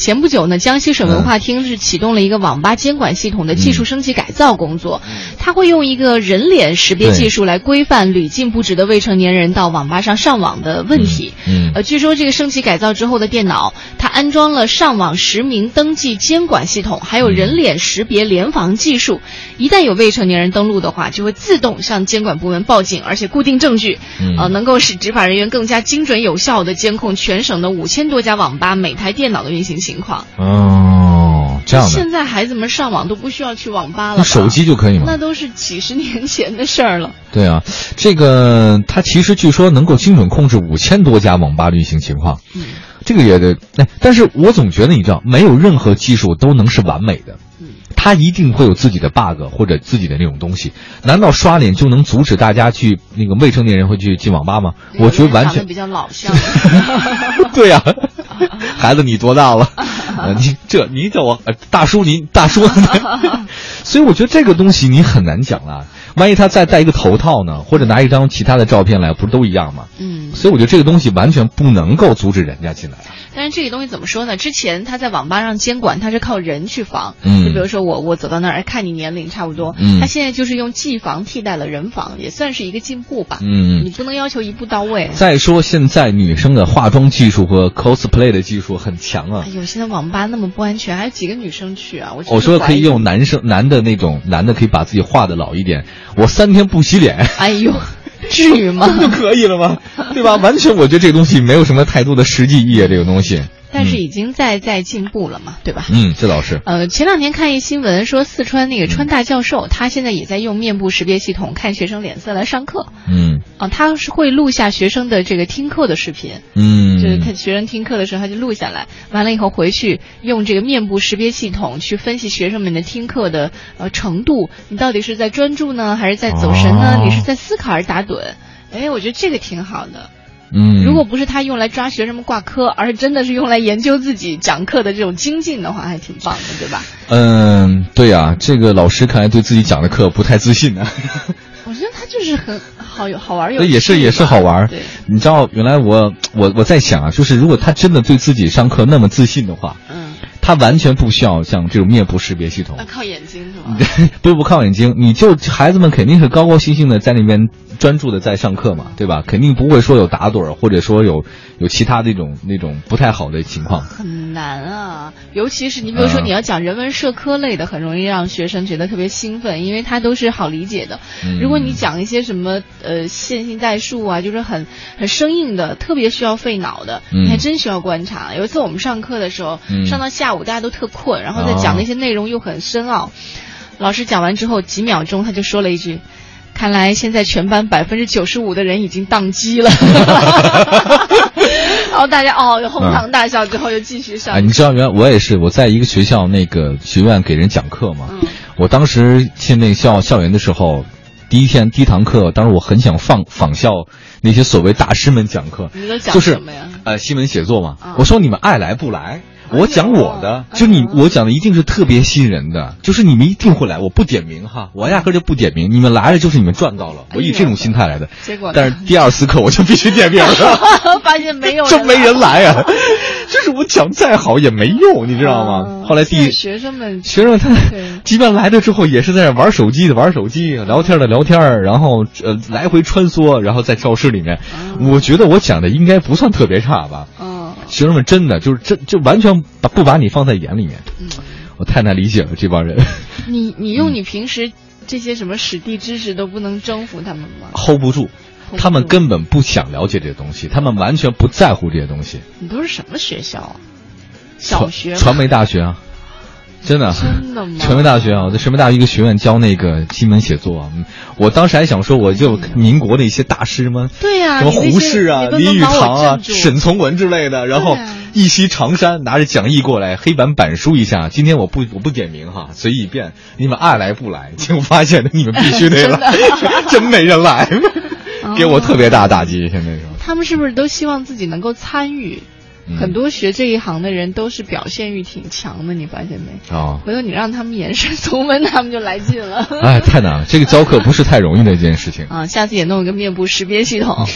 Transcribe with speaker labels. Speaker 1: 前不久呢，江西省文化厅是启动了一个网吧监管系统的技术升级改造工作，它会用一个人脸识别技术来规范屡禁不止的未成年人到网吧上上网的问题。
Speaker 2: 嗯，
Speaker 1: 呃，据说这个升级改造之后的电脑，它安装了上网实名登记监管系统，还有人脸识别联防技术。一旦有未成年人登录的话，就会自动向监管部门报警，而且固定证据，
Speaker 2: 嗯
Speaker 1: 呃，能够使执法人员更加精准有效地监控全省的五千多家网吧每台电脑的运行情况。
Speaker 2: 哦，这样的，
Speaker 1: 现在孩子们上网都不需要去网吧了
Speaker 2: 那
Speaker 1: 吧，
Speaker 2: 手机就可以吗
Speaker 1: 那？都是几十年前的事儿了。
Speaker 2: 对啊，这个它其实据说能够精准控制五千多家网吧的运行情况，
Speaker 1: 嗯
Speaker 2: 这个也得哎，但是我总觉得你知道，没有任何技术都能是完美的。
Speaker 1: 嗯，
Speaker 2: 它一定会有自己的 bug 或者自己的那种东西。难道刷脸就能阻止大家去那个未成年人会去进网吧吗？我觉得完
Speaker 1: 长得
Speaker 2: 全
Speaker 1: 比较老 相。
Speaker 2: 对呀、孩子，你多 大了？呃你这你怎么呃大叔您大叔？ 所以我觉得这个东西你很难讲啦。万一他再戴一个头套呢，或者拿一张其他的照片来，不是都一样吗？
Speaker 1: 嗯，
Speaker 2: 所以我觉得这个东西完全不能够阻止人家进来。啊
Speaker 1: 但是这个东西怎么说呢？之前他在网吧上监管，他是靠人去防。
Speaker 2: 嗯
Speaker 1: 就比如说我，我走到那儿，哎看你年龄差不多。
Speaker 2: 嗯
Speaker 1: 他现在就是用技防替代了人防，也算是一个进步吧。
Speaker 2: 嗯
Speaker 1: 你不能要求一步到位。
Speaker 2: 再说现在女生的化妆技术和 cosplay 的技术很强啊
Speaker 1: 哎。呦，现在网吧那么不安全，还有几个女生去啊？我真
Speaker 2: 我
Speaker 1: 是
Speaker 2: 说
Speaker 1: 怀
Speaker 2: 可以
Speaker 1: 疑。
Speaker 2: 用男生男的那种男的可以把自己画的老一点，我三天不洗脸。
Speaker 1: 哎 呦，至于吗？
Speaker 2: 就可以了吗？对吧？完全，我觉得这个东西没有什么太多的实际意义。啊这个东西，
Speaker 1: 但是已经在在进步了嘛，对吧？
Speaker 2: 嗯，这倒是，
Speaker 1: 呃，前两天看一新闻说，四川那个川大教授，他现在也在用面部识别系统看学生脸色来上课
Speaker 2: 嗯
Speaker 1: 啊、他是会录下学生的这个听课的视频，就是他
Speaker 2: 嗯，
Speaker 1: 学生听课的时候，他就录下来，完了以后回去用这个面部识别系统去分析学生们的听课的呃程度，你到底是在专注呢，还是在走神呢？
Speaker 2: 哦
Speaker 1: 你是在思考还是打盹？哎，我觉得这个挺好的。
Speaker 2: 嗯，
Speaker 1: 如果不是他用来抓学生们挂科，而是真的是用来研究自己讲课的这种精进的话，还挺棒的，对吧？
Speaker 2: 嗯，对呀、这个老师看来对自己讲的课不太自信呢、
Speaker 1: 我觉得他就是很好有好 玩有
Speaker 2: 那也是
Speaker 1: 趣
Speaker 2: 也是
Speaker 1: 吧
Speaker 2: 好玩儿
Speaker 1: 对，
Speaker 2: 你知道，原来我我我在想啊，就是如果他真的对自己上课那么自信的话，
Speaker 1: 嗯，
Speaker 2: 他完全不需要像这种面部识别系统
Speaker 1: 那，靠眼睛是吧？
Speaker 2: 不是不靠眼睛，你就孩子们肯定是高高兴兴的在那边专注的在上课嘛，对吧？肯定不会说有打盹儿，或者说有有其他的一种那种不太好的情况。
Speaker 1: 很难啊，尤其是你比如说
Speaker 2: 嗯
Speaker 1: 你要讲人文社科类的，很容易让学生觉得特别兴奋，因为它都是好理解的。
Speaker 2: 嗯
Speaker 1: 如果你讲一些什么呃线性代数啊，就是很很生硬的，特别需要费脑的，
Speaker 2: 嗯
Speaker 1: 你还真需要观察。有一次我们上课的时候，
Speaker 2: 嗯
Speaker 1: 上到下午大家都特困，然后再讲那些内容又很深奥，老师讲完之后几秒钟他就说了一句。看来现在全班百分之九十五的人已经宕机了， 然后大家哦哄堂大笑，之后又继续上
Speaker 2: 哎，。你知道原来我也是，我在一个学校那个学院给人讲课嘛。
Speaker 1: 嗯
Speaker 2: 我当时进那个校校园的时候，第一天第一堂课，当时我很想仿仿效那些所谓大师们讲课，
Speaker 1: 你都讲
Speaker 2: 就是
Speaker 1: 什么呀
Speaker 2: 呃新闻写作嘛。
Speaker 1: 啊
Speaker 2: 我说你们爱来不来？
Speaker 1: 哎呦
Speaker 2: 我讲我
Speaker 1: 哎
Speaker 2: 的，
Speaker 1: 呦
Speaker 2: 就你我讲的一定是特别吸引人的，就是你们一定会来，我不点名哈，我压根儿就不点名，你们来了就是你们赚到了，我以这种心态来的。
Speaker 1: 哎结果呢
Speaker 2: 但是第二次课我就必须点名 了。
Speaker 1: 发现没 有，
Speaker 2: 真没人。来啊！就是我讲再好也没用，你知道吗？
Speaker 1: 嗯
Speaker 2: 后来第
Speaker 1: 现在
Speaker 2: 一
Speaker 1: 学生们
Speaker 2: 学生他
Speaker 1: 对
Speaker 2: 即便来了之后，也是在那玩手机的玩手机，聊天的聊天儿，然后呃来回穿梭，然后在教室里面，我觉得我讲的应该不算特别差吧。
Speaker 1: 嗯，
Speaker 2: 学生们真的就是真就完全把不把你放在眼里面，我太难理解了这帮 人
Speaker 1: 嗯你你用你平时这些什么史地知识都不能征服他们吗？
Speaker 2: ，hold 不住。
Speaker 1: 不住
Speaker 2: 他们根本不想了解这些东西，他们完全不在乎这些东西。
Speaker 1: 你都是什么学校啊？小学吗
Speaker 2: 传传媒大学啊，真的，啊
Speaker 1: 真的吗
Speaker 2: 传媒大学啊，我在传媒大学一个学院教那个新闻写作啊，嗯我当时还想说，我就民国的一些大师吗？
Speaker 1: 哎对呀
Speaker 2: 什么
Speaker 1: 你那些
Speaker 2: 胡适啊、
Speaker 1: 你都能
Speaker 2: 李宇
Speaker 1: 把
Speaker 2: 堂
Speaker 1: 我
Speaker 2: 啊、
Speaker 1: 镇住
Speaker 2: 沈从文之类的，然后
Speaker 1: 对啊
Speaker 2: 一袭长衫，拿着讲义过来，黑板板书一下。今天我不我不点名哈，随意变，你们爱来不来？结果发现你们必须得来， 真没人来，
Speaker 1: 哦
Speaker 2: 给我特别大打击。现在是，
Speaker 1: 他们是不是都希望自己能够参与？
Speaker 2: 嗯
Speaker 1: 很多学这一行的人都是表现欲挺强的，你发现没？
Speaker 2: 哦，
Speaker 1: 回头你让他们演 沈从文，他们就来劲了。
Speaker 2: 哎，太难了，这个教课不是太容易的一件事情。
Speaker 1: 啊，下次也弄一个面部识别系统。